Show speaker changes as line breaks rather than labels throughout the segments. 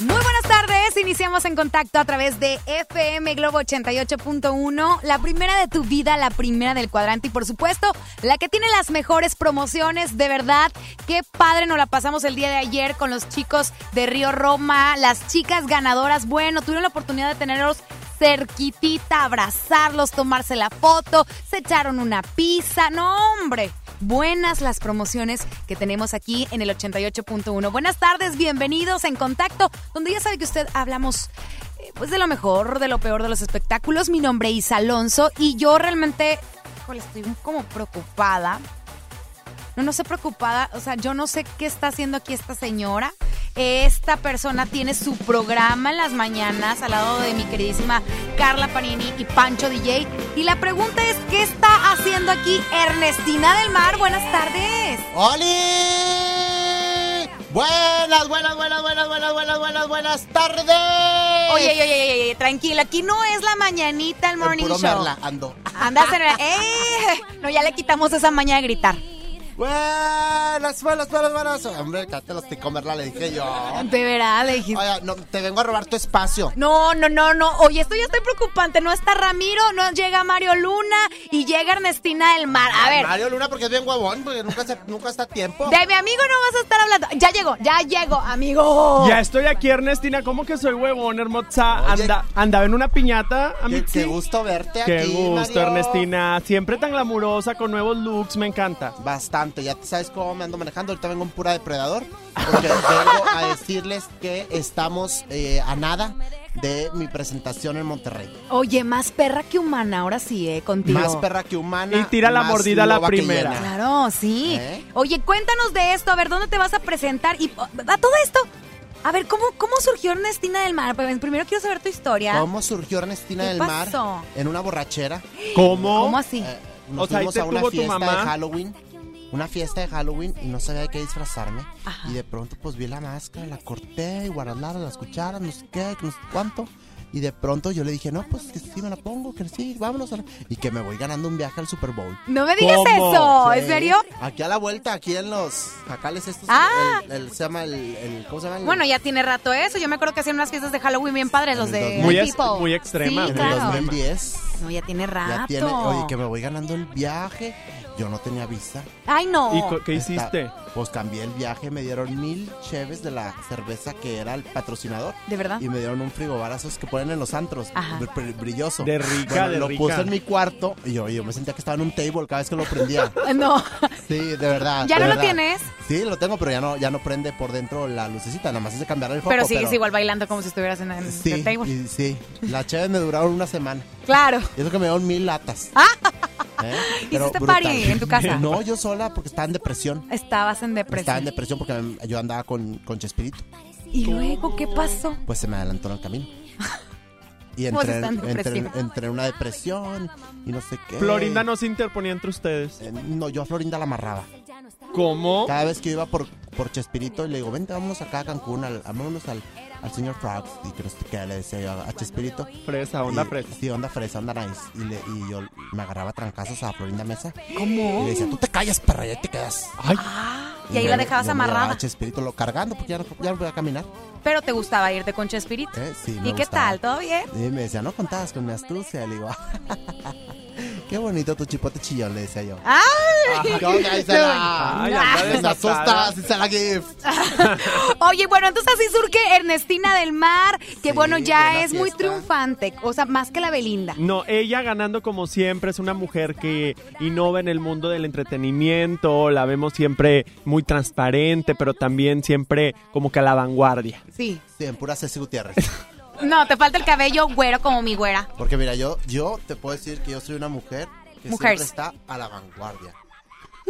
Muy buenas tardes, iniciamos en contacto a través de FM Globo 88.1, la primera de tu vida, la primera del cuadrante y por supuesto la que tiene las mejores promociones, de verdad, qué padre nos la pasamos el día de ayer con los chicos de Río Roma, las chicas ganadoras, bueno, tuvieron la oportunidad de tenerlos cerquitita, abrazarlos, tomarse la foto, se echaron una pizza, no hombre. Buenas las promociones que tenemos aquí en el 88.1. Buenas tardes, bienvenidos en Contacto, donde ya sabe que usted hablamos eh, pues de lo mejor, de lo peor de los espectáculos. Mi nombre es Isa Alonso y yo realmente híjole, estoy como preocupada no, no sé preocupada, o sea, yo no sé qué está haciendo aquí esta señora. Esta persona tiene su programa en las mañanas al lado de mi queridísima Carla Panini y Pancho DJ. Y la pregunta es, ¿qué está haciendo aquí Ernestina del Mar? Buenas tardes.
¡Oli! Buenas, buenas, buenas, buenas, buenas, buenas, buenas, buenas tardes.
Oye, oye, oye, oye, oye, tranquila, aquí no es la mañanita el
En
morning
puro
show.
Merla ando.
Andas en el... ¡Eh! No, ya le quitamos esa maña de gritar.
Buenas, buenas, buenas, buenas. Hombre, cállate los ticó, Merla, le dije yo.
De verdad, le dijiste.
Oiga, no, te vengo a robar tu espacio.
No, no, no, no. Oye, esto ya está preocupante. No está Ramiro, no llega Mario Luna y llega Ernestina del Mar. A ver,
Mario Luna, porque es bien guabón, porque nunca, se- nunca está a tiempo.
de mi amigo no vas a estar hablando. Ya llegó, ya llegó, amigo.
Ya estoy aquí, Ernestina. ¿Cómo que soy huevón, hermosa?
Oye.
Anda, andaba en una piñata, a
Qué,
mí.
qué gusto verte
Qué
aquí.
gusto,
Mario.
Ernestina. Siempre tan glamurosa, con nuevos looks, me encanta.
Bastante, ya sabes cómo me ando manejando. Ahorita vengo en pura depredador. Porque vengo a decirles que estamos eh, a nada de mi presentación en Monterrey.
Oye, más perra que humana, ahora sí, eh, contigo.
Más perra que humana.
Y tira la
más
mordida a la
loba que
primera.
llena.
Claro, sí.
¿Eh?
Oye, cuéntanos de esto, a ver, ¿dónde te vas a presentar? Y o, a todo esto, a ver, ¿cómo, cómo surgió Ernestina del Mar? Pues, Primero quiero saber tu historia.
¿Cómo surgió Ernestina
¿Qué
del
pasó?
Mar en una borrachera?
¿Cómo?
¿Cómo así?
Eh, nos
O sea, ahí
fuimos
te
a una
tuvo tu
fiesta de
mamá.
Halloween. Una fiesta de Halloween y no sabía de qué disfrazarme.
Ajá.
Y de pronto pues vi la máscara, la corté, y guardada, las cucharas, no sé qué, que no sé cuánto. Y de pronto yo le dije, no, pues que sí me la pongo, que sí, vámonos. a la-". Y que me voy ganando un viaje al Super Bowl.
No me digas
¿Cómo?
eso, ¿en
Sí.
serio?
Aquí a la vuelta, aquí en los jacales estos.
Ah.
El, el- se llama el, el- ¿Cómo se llama? El-
Mm. Bueno, ya tiene rato eso. Yo me acuerdo que hacían unas fiestas de Halloween bien padres, los
En el
de
2000. Muy
ex-
People.
muy extrema,
Sí,
en el
claro.
2010.
No, ya tiene rato.
Ya tiene, oye, que me voy ganando el viaje. Yo no tenía visa.
Ay, no.
¿Y co- qué
Está-
hiciste?
pues cambié el viaje, me dieron mil cheves de la cerveza que era el patrocinador.
¿De verdad?
Y me dieron un frigobar a esos que ponen en los antros,
Ajá.
br- br- brilloso.
De rica,
Bueno,
de
lo
rica.
puse en mi cuarto y yo, yo me sentía que estaba en un table cada vez que lo prendía.
No.
sí, de verdad.
¿Ya
Ah, de
no lo
verdad.
tienes?
Sí, lo tengo, pero ya no, ya no prende por dentro la lucecita, nada más es de cambiar el foco.
Pero sigues igual bailando como si estuvieras en el
Sí,
en el table.
y- sí. Las cheves me duraron una semana.
Claro.
Y eso que me dieron mil latas. ¿Eh? Pero
¿Hiciste
brutal.
party en tu casa?
No, yo sola porque estaba en depresión.
Estabas en depresión.
Estaba en depresión porque me- yo andaba con, con Chespirito.
¿Y luego qué pasó?
Pues se me adelantó en el camino. Y
¿Cómo se
entré,
está en
entré,
depresión?
entré en una depresión y no sé qué.
Florinda no se interponía entre ustedes.
Eh, No, yo a Florinda la amarraba.
¿Cómo?
Cada vez que iba por, por Chespirito, le digo, vente, vámonos acá a Cancún, al, vámonos al, al señor Frogs. Y que no sé qué, le decía yo a, a Chespirito.
Fresa, onda
Y-
fresa.
Sí, onda fresa, onda nice. Y, le- y yo me agarraba a trancazos a Florinda Mesa. Y
¿Cómo?
le decía, tú te callas, perra, ya te quedas.
Ay,
Y ahí
yo-
la dejabas
yo me llevaba
amarrada.
a Chespirito lo cargando porque ya no, ya no podía caminar.
Pero te gustaba irte con Chespirito.
Eh, sí, me
¿Y qué
gustaba.
tal? ¿Todo bien?
Y me decía, no contabas con mi astucia. Le digo, qué bonito tu chipote chillón, le decía yo.
¡Ay!
¿Qué onda, Isela?
Ay, anda
Me
desatada.
asustas, Isela Gif.
Oye, bueno, entonces así surge Ernestina del Mar, que
Sí,
bueno, ya
buena
es muy
fiesta. Mm.
triunfante. O sea, más que la Belinda.
No, ella ganando como siempre, es una mujer que innova en el mundo del entretenimiento, la vemos siempre muy transparente, pero también siempre como que a la vanguardia.
Sí.
Sí, en pura Ceci Gutiérrez.
No, te falta el cabello güero como mi güera.
Porque mira, yo, yo te puedo decir que yo soy una mujer que
Mujer.
siempre está a la vanguardia.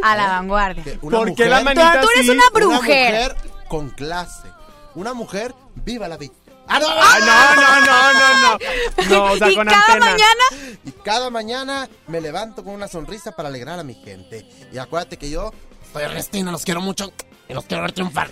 A la vanguardia.
Que una
¿Por qué la
mujer-
manita
Tú eres
así?
una bru-
Una
Brujer.
mujer con clase. Una mujer, viva la vida. ¡Ah, no!
Ay, no, no, no, no, no. No, o sea,
y
con
cada
antena.
mañana
Y cada mañana me levanto con una sonrisa para alegrar a mi gente. Y acuérdate que yo soy Ernestina, los quiero mucho y los quiero ver triunfar.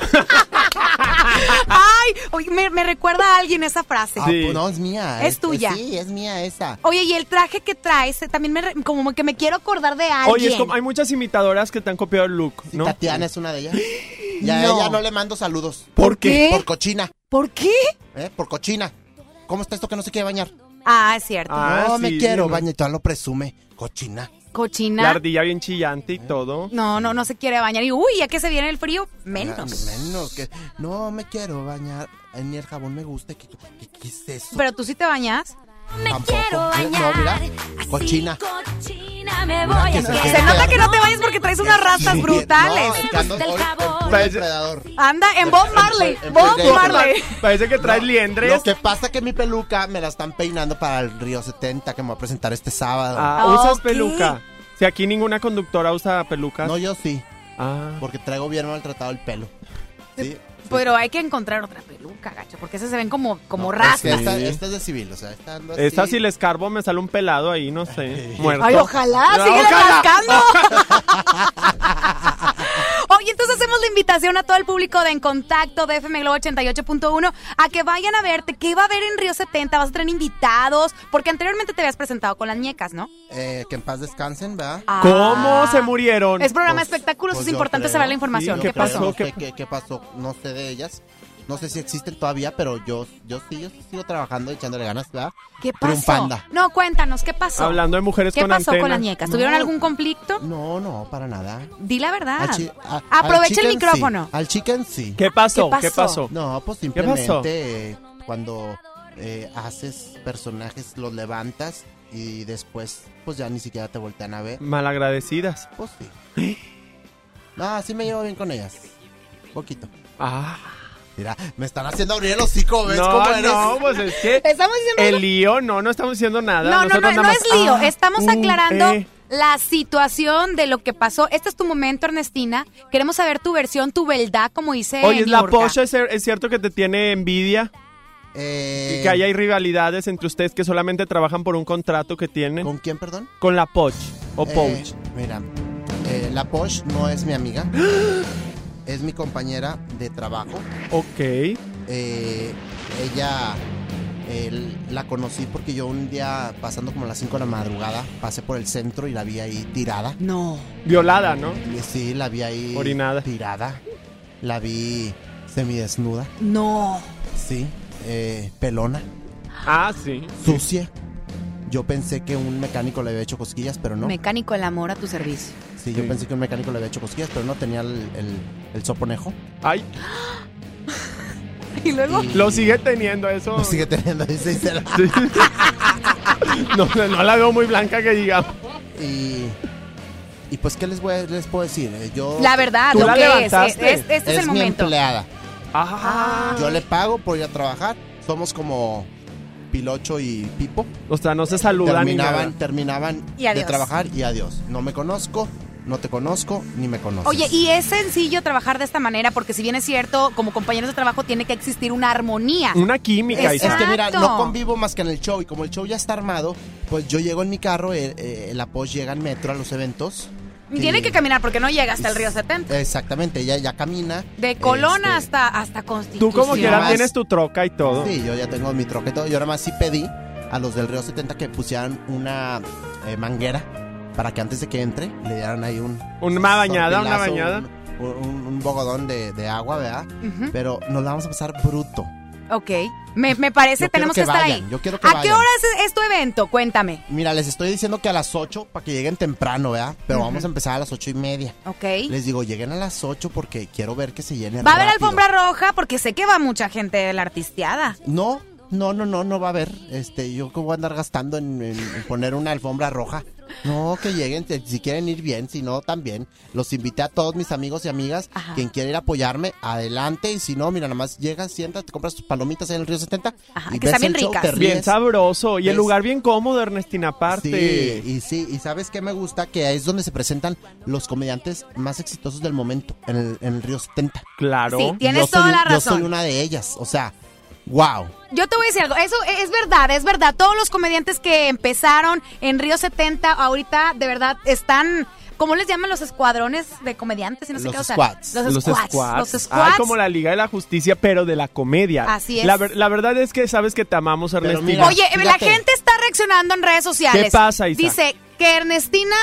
me, me recuerda a alguien esa frase.
este.
Ah,
Sí.
pues no, es mía.
Es tuya.
Sí, es mía esa.
Oye, y el traje que traes, eh, también me, re- como que me quiero acordar de alguien.
Oye, es como- hay muchas imitadoras que te han copiado el look,
Sí,
¿no?
Tatiana es una de ellas. Y a
No.
ella no le mando saludos.
¿Por qué?
¿Eh?
Por cochina,
¿Por qué?
¿eh? Por cochina. ¿Cómo está esto que no se quiere bañar?
Ah, es cierto.
Ah,
no
sí,
me quiero
no.
bañar. Y todavía lo presume. Cochina.
Cochina.
La ardilla bien chillante y
¿Eh?
todo.
No, no, no se quiere bañar. Y uy, ya que se viene el frío, menos.
Ah, Menos que. No me quiero bañar. eh, Ni el jabón me gusta. ¿Qué, qué- qué es eso?
Pero tú sí te bañas.
me
Tampoco.
quiero
No,
bañar.
mira,
Así,
cochina.
cochina me
Mira
voy
que
a
se
quedar.
Se nota que no te bañas porque traes unas rastas
Sí,
brutales.
no, es que ando
Del
hoy-
jabón.
hoy depredador.
Anda, en Bob Marley.
Empecé-
Bob
empecé-
Marley.
Parece que traes
No,
liendres.
Lo que pasa que mi peluca me la están peinando para el Río 70 que me va a presentar este sábado.
Ah,
Ah,
usas
ok.
peluca. Si aquí ninguna conductora usa pelucas.
No, yo sí,
Ah.
porque traigo bien maltratado el pelo. Sí.
Pero hay que encontrar otra peluca, gacho, porque esas se ven como, como
No, es que
rastas.
esta, esta es de civil, o sea, esta ando así.
Esta si le escarbo me sale un pelado ahí, no sé, muerto.
Ay, ojalá,
No,
sigue
ojalá.
rascando. Oye, entonces hacemos la invitación a todo el público de En Contacto de FM Globo 88.1 a que vayan a verte. ¿Qué va a haber en Río 70? ¿Vas a tener invitados? Porque anteriormente te habías presentado con las ñecas, ¿no?
Eh, que en paz descansen, ¿verdad?
Ah.
¿Cómo se murieron?
Es programa
Pues-
de espectáculos,
pues
es
yo
importante
creo.
saber la información.
Sí,
¿Qué
yo creo.
pasó?
No sé qué, qué pasó, no sé de ellas. No sé si existen todavía, pero yo, yo sí, yo sí sigo trabajando, echándole ganas, ¿verdad?
¿Qué
Pero un
pasó?
panda.
No, cuéntanos, ¿qué pasó?
Hablando de mujeres
¿Qué
con
pasó
antena.
con las ñecas? ¿Tuvieron
No.
algún conflicto?
No, no, para nada.
Di la verdad.
Al chi- a- al
Ah, Aprovecha el
chicken sí,
micrófono.
al chicken sí.
¿Qué pasó?
¿Qué
¿Qué
pasó?
pasó?
No, pues
pasó?
simplemente eh, cuando eh, haces personajes, los levantas y después, pues ya ni siquiera te voltean a ver.
Malagradecidas.
Pues sí. No, sí me llevo bien con ellas. Poquito.
Ah.
Mira, me están haciendo abrir el hocico, ¿ves cómo
No,
eres?
no, pues es que
Estamos diciendo.
el lío, no, no estamos diciendo nada.
No, no,
Nosotros
no,
nada
no
más,
es lío.
ah,
Estamos
uh,
aclarando
eh.
la situación de lo que pasó. Este es tu momento, Ernestina. Queremos saber tu versión, tu beldad, como dice.
Oye, la
Niurka.
pocha, ¿es, es cierto que te tiene envidia?
Eh,
Y que ahí hay rivalidades entre ustedes que solamente trabajan por un contrato que tienen. Con,
¿Con quién, perdón?
la poch o
Eh,
poch.
Mira, eh, la Posh no es mi amiga. Es mi compañera de trabajo.
Ok.
Eh, ella eh, la conocí porque yo un día, pasando como a las 5 de la madrugada, pasé por el centro y la vi ahí tirada.
No.
Violada, ¿no?
Y Sí, la vi ahí.
Orinada.
Tirada. La vi semidesnuda.
No.
Sí. eh, pelona.
Ah, sí.
Sucia. Yo pensé que un mecánico le había hecho cosquillas, pero no.
Mecánico el amor a tu servicio.
Sí, yo pensé que un mecánico le había hecho cosquillas, pero no tenía el, el, el soponejo.
Ay,
Y luego.
Y-
lo sigue teniendo eso.
Lo sigue teniendo, dice Isela.
Sí. no, no, no la veo muy blanca que digamos.
Y, y pues, ¿qué les, voy a- les puedo decir? Eh, Yo.
La verdad,
Tú
lo
la
que es, es,
levantaste.
es- Este es, el
mi
momento.
empleada.
Ah.
Yo le pago por ir a trabajar. Somos como Pilocho y Pipo.
O sea, no se saludan ni nada.
Terminaban, terminaban
Y
de
adiós.
trabajar y adiós. No me conozco, no te conozco, ni me conoces.
Oye, y es sencillo trabajar de esta manera, porque si bien es cierto, como compañeros de trabajo tiene que existir una armonía.
Una química,
es, es
Isa.
que mira,
Exacto.
no convivo más que en el show. Y como el show ya está armado, pues yo llego en mi carro, el, el Aposh llega en metro a los eventos.
Tiene
Y-
que caminar porque no llega hasta el río 70.
Exactamente, ella ya camina.
De Colón
Este,
hasta, hasta Constitución.
Tú como
Sí,
quieras
nomás-
tienes tu troca y todo.
Sí, yo ya tengo mi troca y todo. Yo nada más sí pedí a los del Río 70 que pusieran una eh, manguera para que antes de que entre le dieran ahí un...
Una bañada, una
sortilazo,
bañada.
Un, un- un bogodón de, de agua, ¿verdad?
Ujú,
Pero nos la vamos a pasar bruto.
Ok. Me, me parece,
Yo quiero
tenemos que,
que
estar
vayan,
ahí.
yo quiero que
¿A qué
vayan.
hora es, es tu evento? Cuéntame.
Mira, les estoy diciendo que a las 8 para que lleguen temprano, ¿verdad? Pero vamos a empezar a las 8 y media.
Ok.
Les digo, lleguen a las 8 porque quiero ver que se llene
¿Va a haber
rápido.
alfombra roja? Porque sé que va mucha gente de la artisteada.
No, no, no, no, no va a haber. Este, yo que voy a andar gastando en, en- en poner una alfombra roja. No, que lleguen, te- si quieren ir bien, si no, también. Los invité a todos mis amigos y amigas.
Ajá.
Quien quiera ir a apoyarme, adelante. Y si no, mira, nada más llegas, sientas, te compras tus palomitas ahí en el Río 70.
Ajá,
y
que están bien
el show,
ricas.
te
Bien
ríes.
sabroso. Y el
Es-
lugar bien cómodo, Ernestina,
Sí,
aparte.
y sí, y sabes qué me gusta, que es donde se presentan los comediantes más exitosos del momento, en el, en el Río 70.
Claro.
Sí, Tienes
Yo soy
toda
un-
la
Yo soy
razón.
una de ellas, o sea, wow.
Yo te voy a decir algo, eso es verdad, es verdad. Todos los comediantes que empezaron en Río 70 ahorita de verdad están ¿Cómo les llaman los escuadrones de comediantes? Y no sé
Los
qué, o sea,
squads.
los squads. Los
Ah,
squads.
como la Liga de la Justicia, pero de la comedia.
Así es.
La, ver- la verdad es que sabes que te amamos,
Pero
Ernestina.
mira,
Oye, la
fíjate.
gente está reaccionando en redes sociales.
¿Qué pasa, Isa?
Dice que Ernestina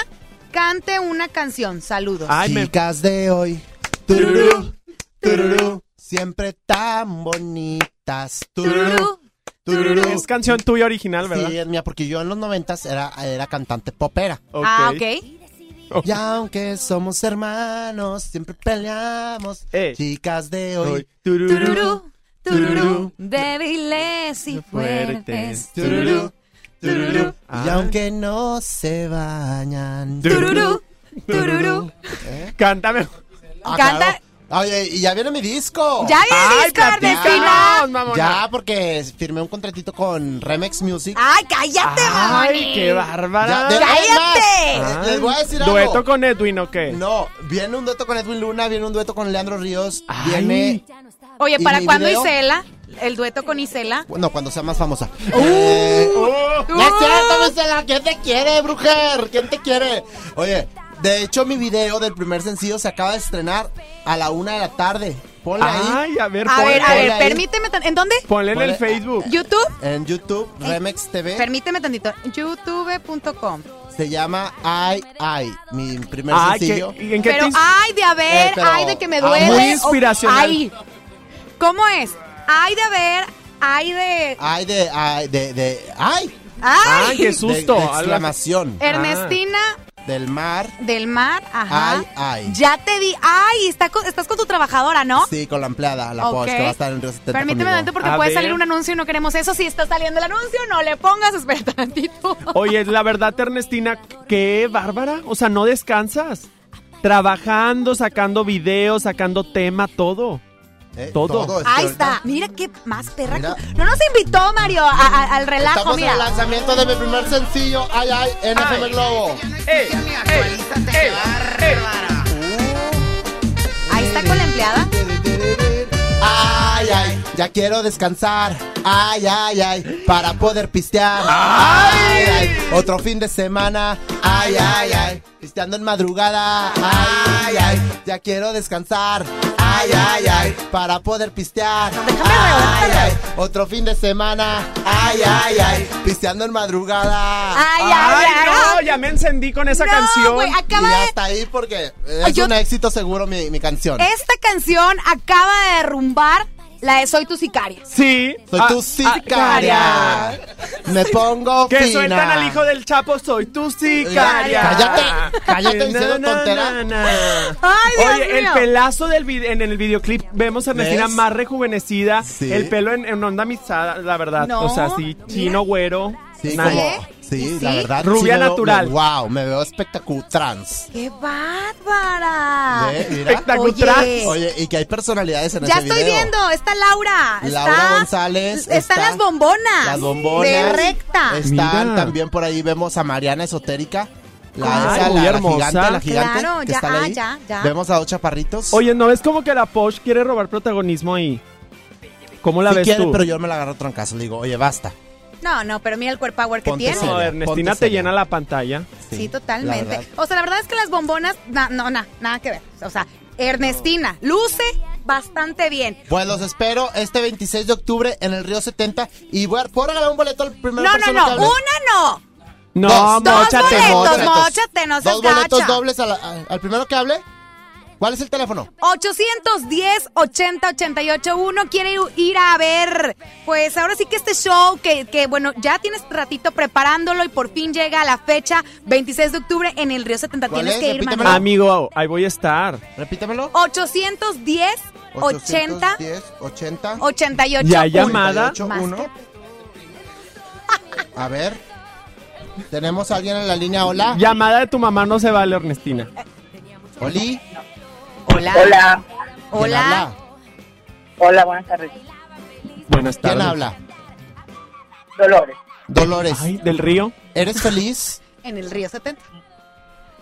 cante una canción. Saludos.
Ay, me-
Chicas de hoy. Tururú, tururú. Siempre tan bonitas. Tururú, tururú.
Es canción tuya original, ¿verdad?
Sí, es mía, porque yo en los noventas era, era cantante popera.
Ok.
Ah, ok.
Y aunque somos hermanos, siempre peleamos.
Eh.
Chicas de hoy.
Hoy, tururú.
Tururú, tururú,
Tururú.
débiles y fuertes.
Fuertes. Ah.
Tururú, tururú,
Y aunque no se bañan.
tururú, tururú.
¿Eh? Cántame.
Ah,
Canta-
claro. Oye, y ya viene mi disco.
Ya viene
Ay,
disco, Ernestina.
platícanos, mamona.
Ya, porque firmé un contratito con Remex Music.
Ay, cállate,
Ay,
Moni.
qué bárbara.
Ya, de-
¡Cállate!
Es más,
Ay,
les voy a decir algo.
¿Dueto con Edwin o qué?
No, viene un dueto con Edwin Luna, viene un dueto con Leandro Ríos,
Ay.
viene...
Oye,
¿Y
¿para
mi
cuándo
video?
Isela? El dueto con Isela.
No, cuando sea más famosa.
Uh.
Eh,
Oh,
No es cierto, Marcela, ¿Quién te quiere, brujer? ¿Quién te quiere? Oye, de hecho, mi video del primer sencillo se acaba de estrenar a la una de la tarde. Ponle ahí.
Ay, a ver,
A
ponle,
ver, a
ponle
ver,
ahí.
permíteme. tan- ¿En dónde?
ponle en el
Ponle-
Facebook.
¿YouTube?
En YouTube, Remex TV.
Permíteme tantito. YouTube.com.
se llama Ay, Ay. Mi primer
Ay,
sencillo.
¿qué- y ¿en qué te
Pero ah.
ins-
ay de haber,
Eh, pero-
ay de que me
ah,
duele.
muy
o-
inspiracional.
Ay. ¿Cómo es? Ay de haber, ay de.
Ay, de. Ay, de. de ay.
Ay.
Ay,
Ah.
qué susto.
De, de
algo-
exclamación.
Eh. Ernestina
Del mar.
del Mar, ajá.
Ay, ay.
Ya te di. Ay, está con- estás con tu trabajadora, ¿no?
Sí, con la empleada, la
Ok.
voz que va a estar en Río 70
Permíteme
conmigo.
tanto porque
A
puede
ver.
salir un anuncio y no queremos eso. Si está saliendo el anuncio, no le pongas, espera tantito.
Pues
Oye, la verdad, Ernestina, qué bárbara. O sea, no descansas. Trabajando, sacando videos, sacando tema, todo.
Eh,
todo.
es que
Ahí
ahorita
está. Mira qué más perra.
Mira.
que- No nos invitó, Mario, a- a- al relajo,
Estamos
mira.
en el lanzamiento de mi primer sencillo, Ay, ay, en FM Globo.
¡Ey! ¡Ey!
Ahí está con la empleada.
Ay, ay, ya quiero descansar. Ay, ay, ay, para poder pistear. Ay, ay, otro fin de semana. Ay, ay, ay, pisteando en madrugada. Ay, ay, ya quiero descansar. Ay, ay, ay, para poder pistear. Ay, ay, otro fin de semana. Ay, ay, ay, pisteando en madrugada.
Ay, ay, ay.
¡Ay,
ay.
no! Ya me encendí con esa
No,
canción.
güey, acaba
y
de-
hasta ahí porque
Ay,
es
yo- Eh,
un éxito seguro mi, mi canción.
Esta canción acaba de derrumbar la de Soy tu sicaria.
Sí.
Soy
Ah,
tu
ah,
sicaria. Me pongo
Que
fina.
sueltan al hijo del Chapo, soy tu sicaria.
Cállate, cállate, diciendo tontera.
Ay, Dios
Oye,
mío.
el pelazo del vide- en el videoclip vemos a Ernestina
¿Ves?
más rejuvenecida,
Sí.
el pelo en, en onda mizada, la verdad.
No,
o sea, sí,
mira.
chino, güero,
Sí,
nalga.
como-
¿Sí?
sí, la verdad.
Rubia
sí me veo-
natural.
me- wow, me veo espectacular trans.
¡Qué bárbara!
Ve, mira.
Espectacular.
Oye.
Oye, y que hay personalidades en
Ah. Ya
ese
estoy
video.
viendo, está Laura.
Laura
está,
González.
Están
está-
las bombonas.
Las bombonas.
De recta.
Están
Mira.
también por ahí vemos a Mariana Esotérica. La,
Ay,
esa,
muy
la, la
hermosa.
gigante, la gigante.
Claro,
que
ya,
están
ah,
ahí.
ya, ya.
Vemos a dos chaparritos.
Oye, ¿no ves como que la Posh quiere robar protagonismo ahí? ¿Cómo la
si
ves
quiere,
tú?
pero yo me la agarro trancazo. Le digo, oye, basta.
No, no, pero mira el core power que
Ponte
tiene.
seria.
No, Ernestina
Ponte
te
seria.
llena la pantalla.
Sí,
la
totalmente.
verdad.
O sea, la verdad es que las bombonas, na- no, na- nada que ver. O sea, Ernestina luce bastante bien.
Pues los espero este 26 de octubre en el Río 70 y voy a, ¿puedo regalar un boleto al primer
No, no,
persona que
no,
hable?
una no.
No,
Dos, dos
móchate,
boletos,
móchate.
no. móchate, no seas
Dos boletos
gacha.
dobles a la- a- al primero que hable. ¿Cuál es el teléfono?
810 80 88 1 quiere ir- ir a ver pues ahora sí que este show que, que, bueno ya tienes ratito preparándolo y por fin llega la fecha 26 de octubre en el Río 70
¿Cuál
tienes
es?
que ir
Repítemelo.
Manuel.
Amigo, ahí voy a estar.
Repítemelo.
810 80
810, 80
88
Ya, ya,
1.
ma- llamada.
88,
Más
uno.
que-
A ver. Tenemos a alguien en la línea.
Ah.
Hola.
Llamada de tu mamá no se vale, Ernestina.
Oli.
Hola.
Hola,
Hola.
¿Quién habla?
hola, buenas tardes.
Buenas tardes.
¿Quién habla?
Dolores,
Dolores.
Ay, del río.
¿Eres feliz?
En el Río 70.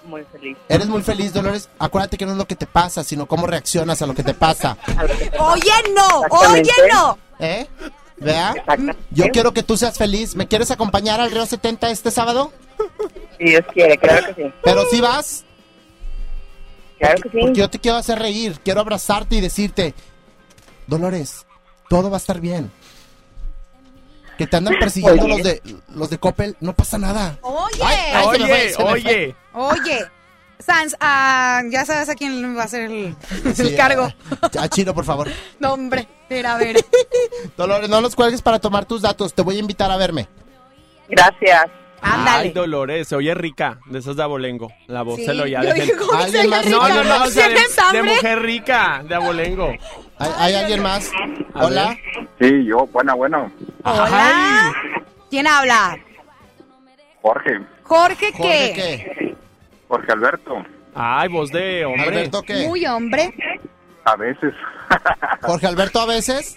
muy feliz.
¿Eres muy feliz, Dolores? Acuérdate que no es lo que te pasa, sino cómo reaccionas a lo que te pasa.
A lo que-
Oye no, oye
Exactamente.
no.
¿Eh? ¿Vea?
Exacto.
¿Eh?
Yo quiero que tú seas feliz. ¿Me quieres acompañar al Río 70 este sábado?
Si Dios quiere, claro que sí.
Pero si vas,
Claro
porque,
que sí.
porque yo te quiero hacer reír, quiero abrazarte y decirte, Dolores, todo va a estar bien. Que te andan persiguiendo
Oye.
los de los de Coppel, no pasa nada.
Oye,
Ay, se me fue,
Oye,
se me fue.
oye.
oye. Sans, ah, ya sabes a quién va a ser el, el
Sí,
cargo.
a- a Chino, por favor.
No, hombre, espera, a ver.
Dolores, no nos cuelgues para tomar tus datos, te voy a invitar a verme.
Gracias.
Ay,
Ándale.
Dolores, se oye rica. De esas de abolengo. La voz
Sí,
se lo ya
yo
de
dije,
gente-
¿cómo
Alguien
se
más,
llama?
No, no, no, o sea, de,
¿Tienes
de
hambre?
mujer rica, de abolengo.
¿Hay, hay alguien más?
A
Hola.
ver.
Sí, yo, bueno, bueno,
Hola. ¿Quién habla?
Jorge,
Jorge,
Jorge,
¿qué?
Jorge Alberto,
Ay, voz de
¿qué?
hombre.
¿Alberto qué?
Muy hombre.
a veces.
Jorge Alberto a veces.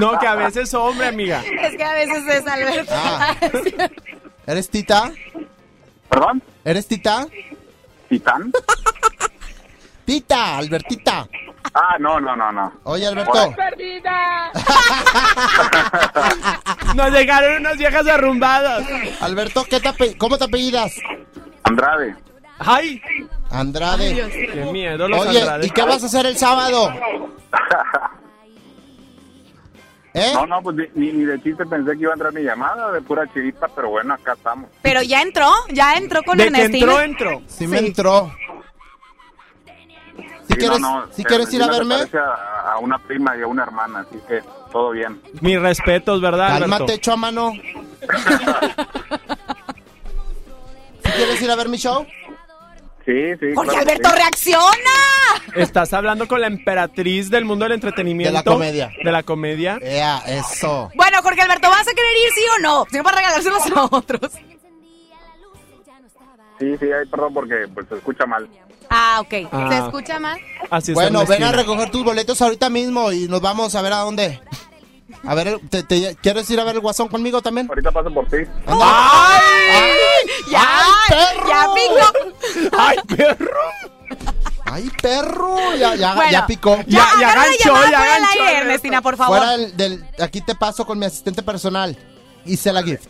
No, que a veces hombre, amiga.
Es que a veces es Alberto.
Ah. ¿Eres Tita?
¿Perdón?
¿Eres Tita?
¿Titán?
Tita, Albertita.
Ah, no, no, no, no.
Oye, Alberto.
Nos llegaron unas viejas derrumbadas.
Alberto, ¿qué te ape- ¿cómo te apellidas?
Andrade,
Ay,
Andrade.
qué miedo los
Oye,
Andrade.
¿y qué vas a hacer el sábado? ¿Eh?
no, no, pues ni, ni de chiste pensé que iba a entrar mi llamada de pura chivita, pero bueno, acá estamos.
Pero ya entró, ya entró con
De que
Ernestina.
entró, entró.
Sí me entró. Si
Sí,
quieres,
no, no,
si
eh,
quieres ir a
me
verme,
parece A, a una prima y a una hermana, así que todo bien.
Mis respetos, ¿verdad, Ah, Alberto?
cálmate, a mano. Si quieres ir a ver mi show,
Sí, sí. claro
Jorge
que
Alberto,
sí.
reacciona.
Estás hablando con la emperatriz del mundo del entretenimiento.
De la comedia.
De la comedia.
ea, eso.
Bueno, Jorge Alberto, ¿vas a querer ir sí o no? Si no, para regalárselos a otros.
Sí, sí, ay, perdón porque pues, se escucha mal.
Ah, ok.
Ah.
¿Se escucha más?
Así es.
Bueno, ven
Ernestina.
a recoger tus boletos ahorita mismo y nos vamos a ver a dónde. A ver, el- te- te- ¿quieres ir a ver el guasón conmigo también?
Ahorita paso por ti.
¡Ay!
¡Ya!
¡Ay, perro!
¡Ya pico!
¡Ay, perro!
¡Ay, perro! Ya, ya,
Bueno,
ya picó.
Ya,
Ya- ya
agarra
ganchó,
la llamada fuera
ya
del
ganchó,
aire,
Ernesto.
Ernestina, por favor.
Fuera del, del- Aquí te paso con mi asistente personal. Hice la gift.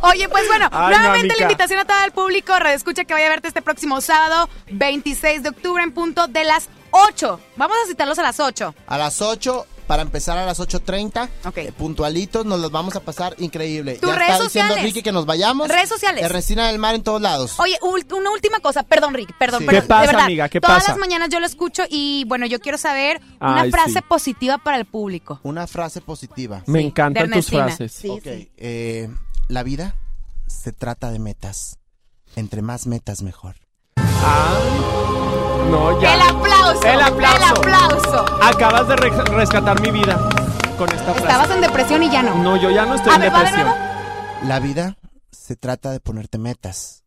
Oye, pues bueno,
Ay,
nuevamente
mamica.
la invitación a todo el público. Radio Escucha que vaya a verte este próximo sábado, 26 de octubre, en punto de las 8. Vamos a citarlos a las 8.
A las 8, para empezar a las 8.30.
Ok.
eh, puntualitos, nos los vamos a pasar increíble.
Tus
ya
redes
está diciendo
sociales.
Ricky que nos vayamos.
Redes sociales. Oh.
Ernestina del Mar en todos lados.
Oye, ul- una última cosa, perdón Rick, perdón,
Sí.
pero
¿Qué
de
pasa,
verdad,
amiga? ¿Qué
todas
pasa?
las mañanas yo lo escucho y bueno, yo quiero saber una
Ay,
frase
sí.
positiva para el público.
Una frase positiva.
Me
Sí,
encantan
de
tus
Ernestina.
frases.
Sí,
ok.
sí.
eh, la vida se trata de metas. Entre más metas, mejor.
Ay. Ah, No, ya.
El aplauso.
El aplauso.
El aplauso.
Acabas de re- rescatar mi vida con esta frase.
Estabas en depresión y ya no.
No, yo ya no estoy
A
en
ver, va de
depresión.
nuevo.
La vida se trata de ponerte metas.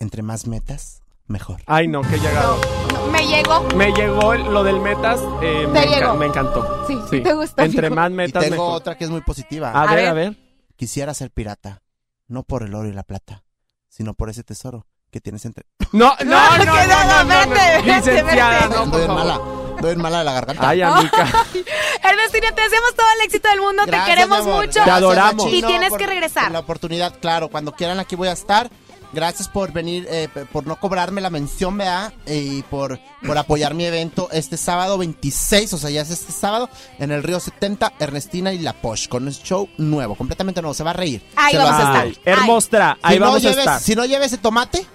Entre más metas, mejor.
Ay, no, que llegado.
No, me llegó.
Me llegó el- lo del metas. eh, me, enca-
llegó.
me encantó.
Sí, te gustó,
Entre
hijo.
más
Y
metas,
tengo
mejor. Ah.
otra que es muy positiva.
A,
A
ver,
ver.
a ver.
Quisiera ser pirata, no por el oro y la plata, sino por ese tesoro que tienes entre...
No, no, no,
que no, no,
no, no, no,
vete,
no.
vete,
Licenciada,
vete.
no,
doy
por
en mala,
favor.
doy en mala de la garganta.
Ay, amiga.
Ernestina, te deseamos todo el éxito del mundo,
Gracias,
te queremos
mi amor.
mucho.
Te adoramos.
Y
Chino,
tienes
por-
que regresar.
por La oportunidad, claro, cuando quieran aquí voy a estar. Gracias por venir, eh, p- por no cobrarme la mención, ¿verdad? Y por, por apoyar mi evento este sábado 26, o sea, ya es este sábado, en el Río 70, Ernestina y La Posh, con un show nuevo, completamente nuevo, se va a reír.
Ahí
Se lo
vamos a
aseguro.
estar.
Ay, Hermostra, ahí
si no
vamos
lleves,
a estar.
Si no lleves ese tomate,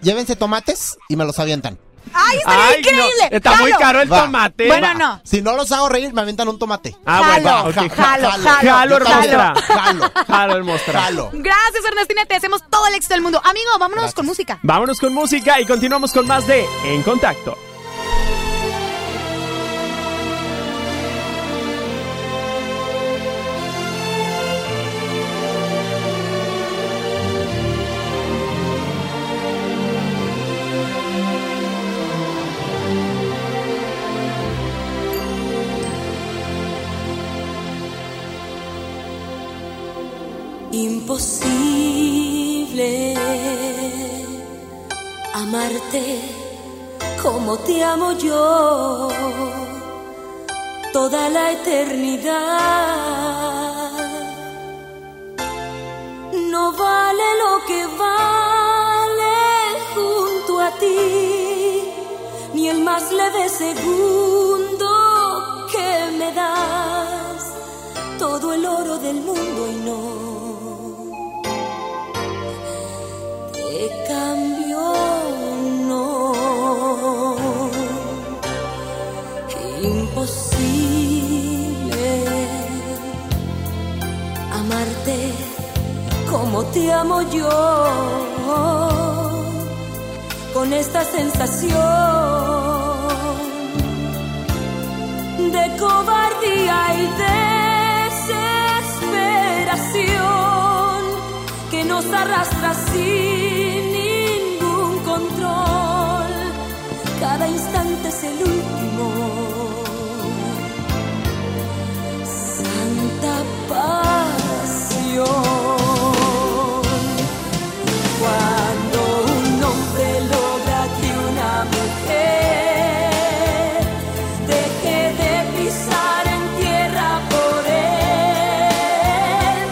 llévense tomates y me los avientan.
¡Ay, estaría
Ay, no,
increíble!
Está muy
Jalo.
caro el
Va.
tomate.
Bueno,
Va.
no.
Si no los hago reír, me avientan un tomate.
Ah,
Jalo,
bueno,
jalo,
ok.
jalo,
Jalo, hermostra.
jalo, jalo,
Jalo, hermostra.
jalo.
Gracias, Ernestina, te deseamos todo el éxito del mundo. Amigo, vámonos
Gracias.
con música.
Vámonos con música y continuamos con más de En Contacto.
Imposible amarte como te amo yo toda la eternidad. No vale lo que vale más leve segundo que me das todo el oro del mundo y no te cambio, no. Imposible amarte como te amo yo con esta sensación de cobardía y desesperación que nos arrastra sin ningún control. Cada instante es el último. Santa pasión. Cuando un hombre logra que una mujer deje de pisar en tierra por él,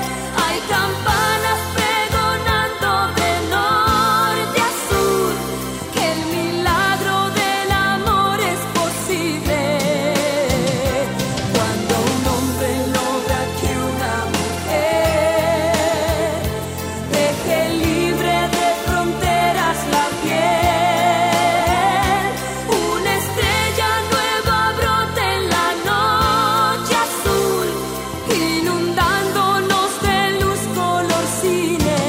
hay campanas pregonando de norte a sur que el milagro del amor es posible. Cuando un hombre logra que una mujer Deje libre de fronteras la piel, una estrella nueva brota en la noche azul, inundándonos de luz color cine.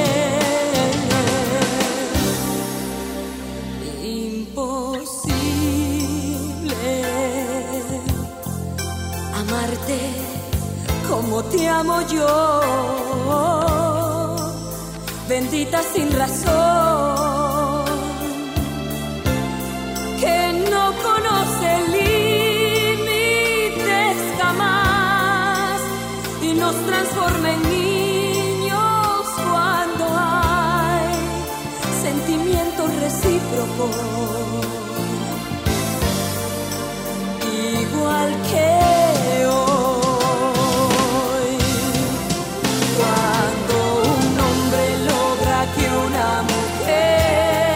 Imposible amarte como te amo yo bendita sin razón, que no conoce límites jamás y nos transforma en niños cuando hay sentimientos recíprocos igual que hoy. Cuando un hombre logra que una mujer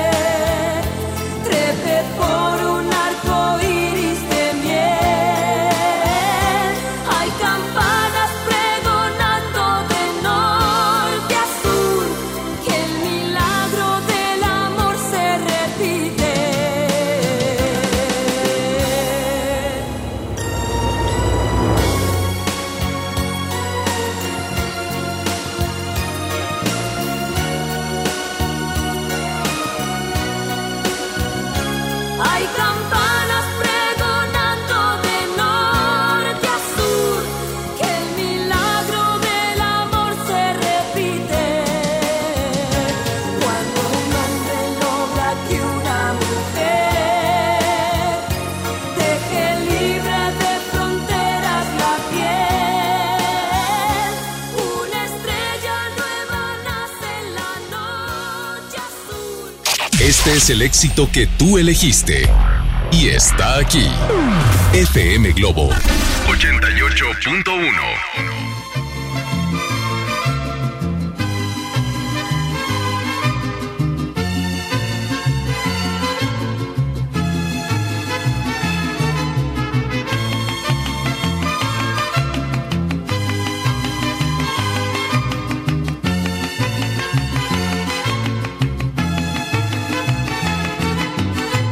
trepe por un arco iris de miel, hay campanas pregonando de norte a sur que el milagro del amor se repite. Hay campanas pregonando de norte a sur que el milagro del amor se repite. Cuando un hombre logra que una mujer deje libre de fronteras la piel, una estrella nueva nace en la noche azul.
Este es el éxito que tú elegiste. Y está aquí. FM Globo 88.1.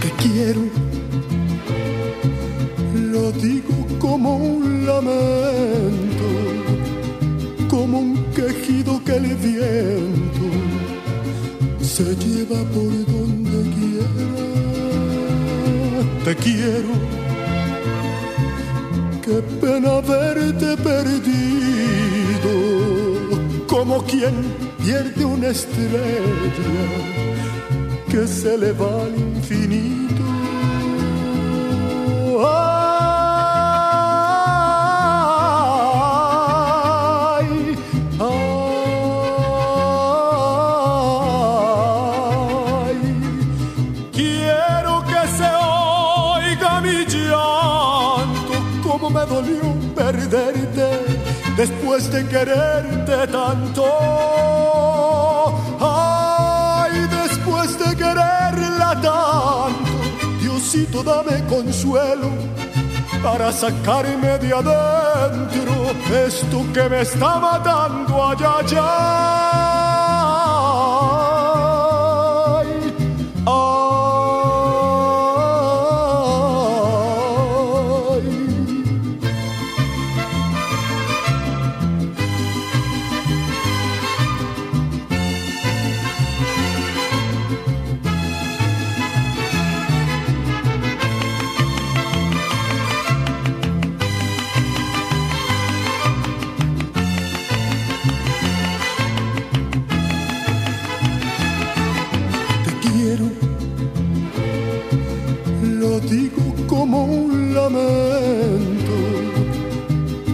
que quiero. Lo digo como un lamento, como un quejido que el viento se lleva por donde quiera. Te quiero. Qué pena verte perdido, como quien pierde una estrella que se le va al infinito. oh. Ay, ay, Quiero que se oiga mi llanto, como me dolió perderte después de quererte tanto. Ay, después de quererla tanto, Dios Diosito, dame consuelo para sacarme de adentro esto que me está matando allá, allá. Ay, ay. te quiero. Lo digo como un lamento,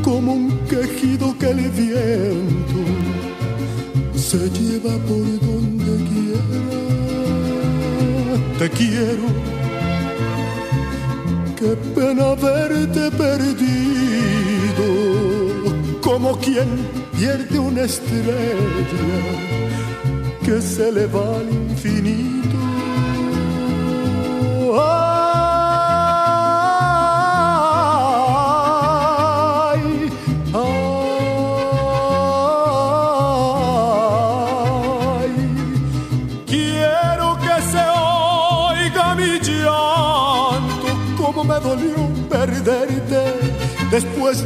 como un quejido que el viento se lleva por donde quiera. Te quiero. Qué pena verte perdido, como quien pierde una estrella que se le va al infinito. Ay, ay, quiero que se oiga mi llanto, como me dolió perderte después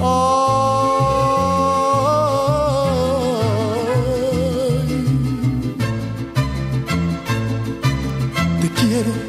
Ay, ay. Te quiero.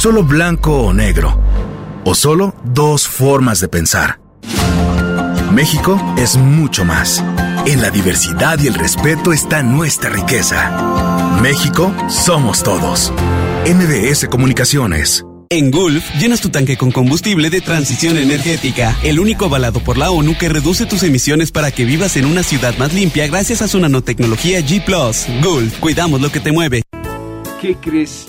Solo blanco o negro. O solo dos formas de pensar. México es mucho más. En la diversidad y el respeto está nuestra riqueza. México somos todos. MBS Comunicaciones.
En Gulf, llenas tu tanque con combustible de transición energética, el único avalado por la ONU que reduce tus emisiones para que vivas en una ciudad más limpia gracias a su nanotecnología G ⁇ Gulf, cuidamos lo que te mueve.
¿Qué crees?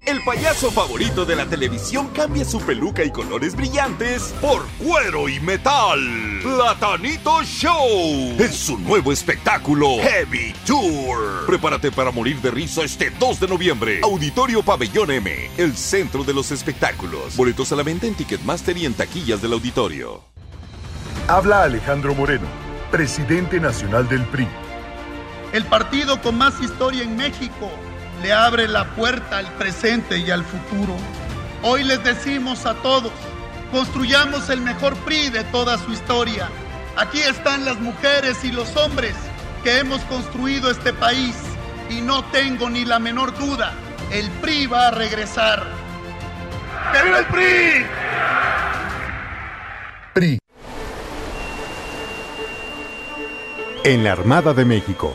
El payaso favorito de la televisión cambia su peluca y colores brillantes por cuero y metal. Platanito Show. En su nuevo espectáculo, Heavy Tour. Prepárate para morir de risa este 2 de noviembre. Auditorio Pabellón M, el centro de los espectáculos. Boletos a la venta en Ticketmaster y en taquillas del auditorio.
Habla Alejandro Moreno, presidente nacional del PRI.
El partido con más historia en México le abre la puerta al presente y al futuro. Hoy les decimos a todos, construyamos el mejor PRI de toda su historia. Aquí están las mujeres y los hombres que hemos construido este país y no tengo ni la menor duda, el PRI va a regresar. ¡Que viva el PRI!
PRI.
En la Armada de México,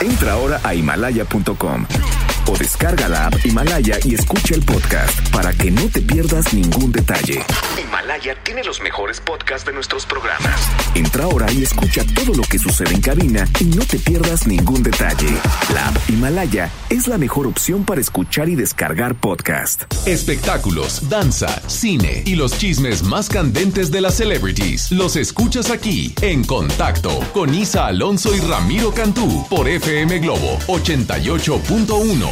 Entra ahora a himalaya.com o descarga la app Himalaya y escucha el podcast para que no te pierdas ningún detalle. Himalaya tiene los mejores podcasts de nuestros programas. Entra ahora y escucha todo lo que sucede en cabina y no te pierdas ningún detalle. La app Himalaya es la mejor opción para escuchar y descargar podcast.
Espectáculos, danza, cine y los chismes más candentes de las celebrities. Los escuchas aquí, en contacto con Isa Alonso y Ramiro Cantú por FM Globo 88.1.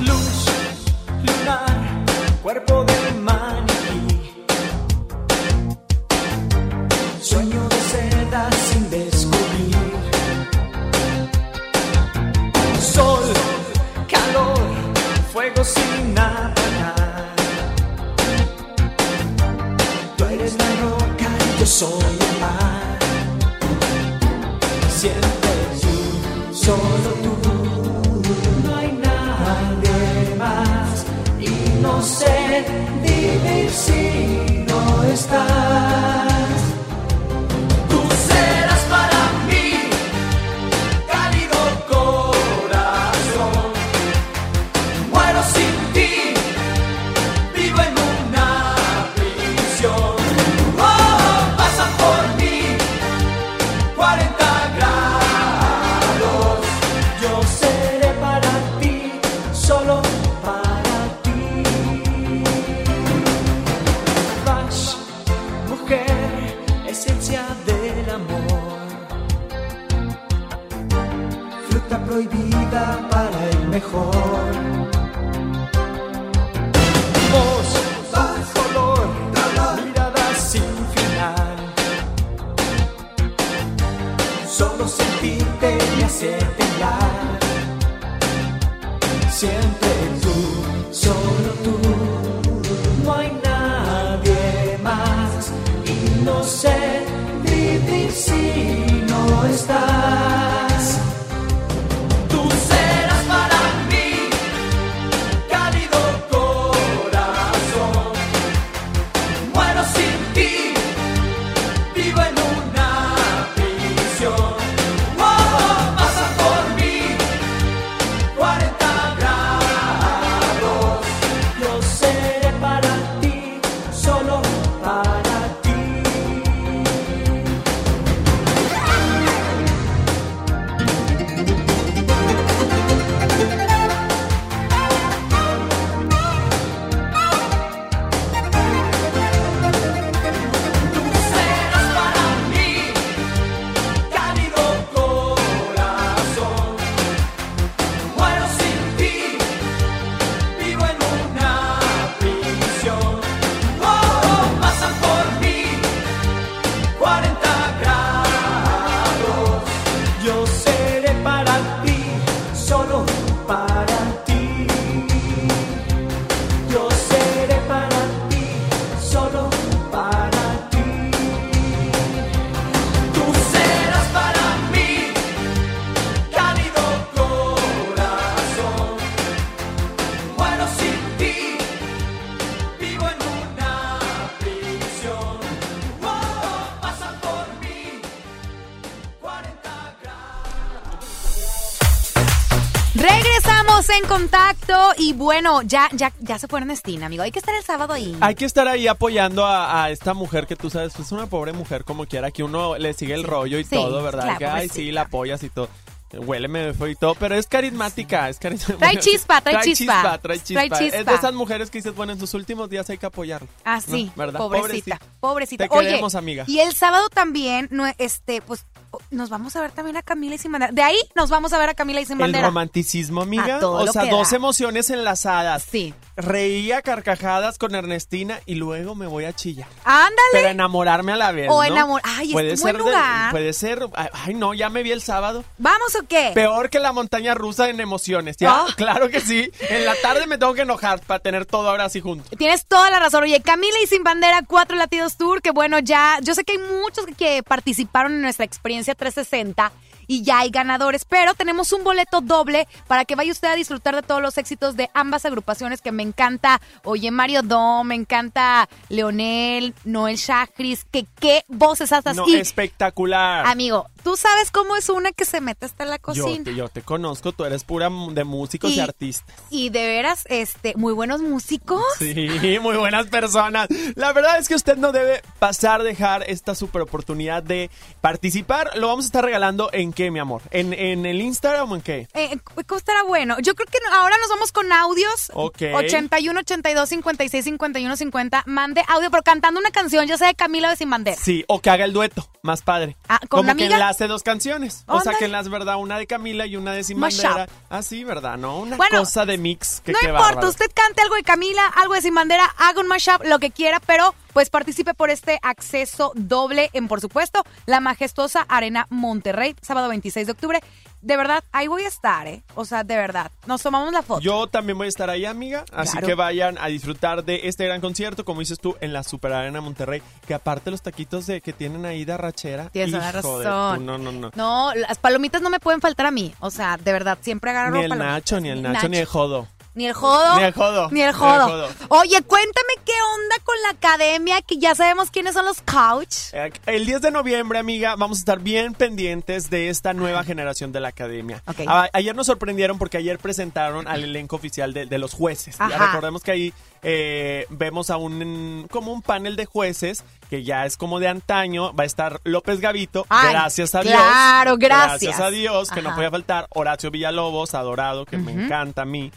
Luz lunar, cuerpo de maniquí. Sueño de seda sin descubrir. Sol, calor, fuego sin apagar. Tú eres la roca y yo soy el mar. Sientes tú, solo tú. No hay nadie más. Y no sé vivir si no estás. Tú serás para mí, cálido corazón. Muero sin ti, vivo en una prisión. Oh, pasa por mí, 40 grados. Yo seré para ti, solo para ti. Vas, mujer, esencia del amor. Fruta prohibida para el mejor. Voz, color, mirada sin final. Solo sentirte me hace temblar. Siempre tú, solo tú. No hay nadie más. Y no sé vivir si no estás. Tú serás para mí, cálido corazón. Muero sin ti, vivo en una prisión. Oh, pasa por mí, 40 grados. Yo seré para ti, solo para ti.
Oh,
Regresamos en contacto y bueno, ya, ya, ya se fueron Estina, amigo. Hay que estar el sábado ahí.
Hay que estar ahí apoyando a, a esta mujer que tú sabes, es una pobre mujer como quiera, que uno le sigue el rollo y
Sí,
todo, ¿verdad?
claro,
que, ay, sí, la apoyas y todo. Huéleme feo y todo, pero es carismática, es carismática.
Trae chispa, trae chispa.
trae chispa,
Trae chispa.
Es de esas mujeres que dices, bueno, en sus últimos días hay que apoyarla.
Ah, sí,
¿No? ¿verdad?
pobrecita, pobrecita.
Te
Oye,
queremos, amiga.
Y el sábado también, no, este, pues, o- nos vamos a ver también a Camila y sin bandera. De ahí nos vamos a ver a Camila y sin
El
bandera.
romanticismo,
A
amiga.
todo
O
lo
sea,
que
dos
da.
emociones enlazadas.
Sí.
Reía carcajadas con Ernestina y luego me voy a chillar. Pero
Ándale.
enamorarme a la vez.
O
¿no?
enamor- Ay, es un buen
ser de-
lugar.
puede ser. Ay, no, ya me vi el sábado.
¿Vamos o qué?
Peor que la montaña rusa en emociones. ¿ya?
Ah.
Claro que sí. En la tarde me tengo que enojar para tener todo ahora así junto.
Tienes toda la razón. Oye, Camila y Sin Bandera, Cuatro Latidos Tour, que bueno, ya, yo sé que hay muchos que, que participaron en nuestra experiencia 360 y ya hay ganadores, pero tenemos un boleto doble para que vaya usted a disfrutar de todos los éxitos de ambas agrupaciones que me encanta. Oye, Mario Dom, me encanta Leonel, Noel Chagris, que qué voces altas.
No,
y,
espectacular.
amigo, tú sabes cómo es una que se mete hasta la
yo,
cocina.
te, yo te conozco, tú eres pura mu- de músicos y,
Y-
artistas.
Y de veras, este, muy buenos músicos.
Sí, muy buenas personas. La verdad es que usted no debe pasar, dejar esta super oportunidad de participar. Lo vamos a estar regalando en qué, mi amor? ¿En, en el Instagram o en qué?
Eh, ¿Cómo estará bueno? Yo creo que no- ahora nos vamos con audios.
Ok.
81 82 56 51 50. Mande audio, pero cantando una canción, ya sea de Camila o de Sin Bandera.
Sí, o que haga el dueto, más padre.
Ah, ¿con
Como
una
que
amiga?
enlace dos canciones. O sea,
Ándale.
que enlace, ¿verdad? Una de Camila y una de Sin
Mashup.
Bandera. Ah, sí, ¿verdad? No, una
Bueno,
cosa de mix que
no
qué
importa,
bárbaro.
usted cante algo de Camila, algo de Sin Bandera, haga un mashup, lo que quiera, pero pues participe por este acceso doble en, por supuesto, la majestuosa Arena Monterrey, sábado 26 de octubre. De verdad, ahí voy a estar, ¿eh? O sea, de verdad. Nos tomamos la foto.
Yo también voy a estar ahí, amiga. Así
Claro.
que vayan a disfrutar de este gran concierto, como dices tú, en la Super Arena Monterrey. Que aparte los taquitos de que tienen ahí de arrachera.
Tienes toda la
hijo de
razón.
tu- no, no, no.
No, las palomitas no me pueden faltar a mí. O sea, de verdad, siempre agarro
Ni el
palomitas.
Nacho, ni el Nacho, ni el Jodo.
Ni el jodo.
Ni el jodo.
Ni el jodo. Oye, cuéntame qué onda con la academia, que ya sabemos quiénes son los couch.
Eh, El 10 de noviembre, amiga, vamos a estar bien pendientes de esta nueva generación de la academia. A- ayer nos sorprendieron porque ayer presentaron al elenco oficial de, de los jueces. Ya
Ajá.
recordemos que ahí eh, vemos a un como un panel de jueces que ya es como de antaño. Va a estar López Gavito,
Ay,
gracias a Dios.
claro, gracias.
Gracias a Dios, que no
Ajá.
podía faltar. Horacio Villalobos, adorado, que me
Ujú.
encanta a mí.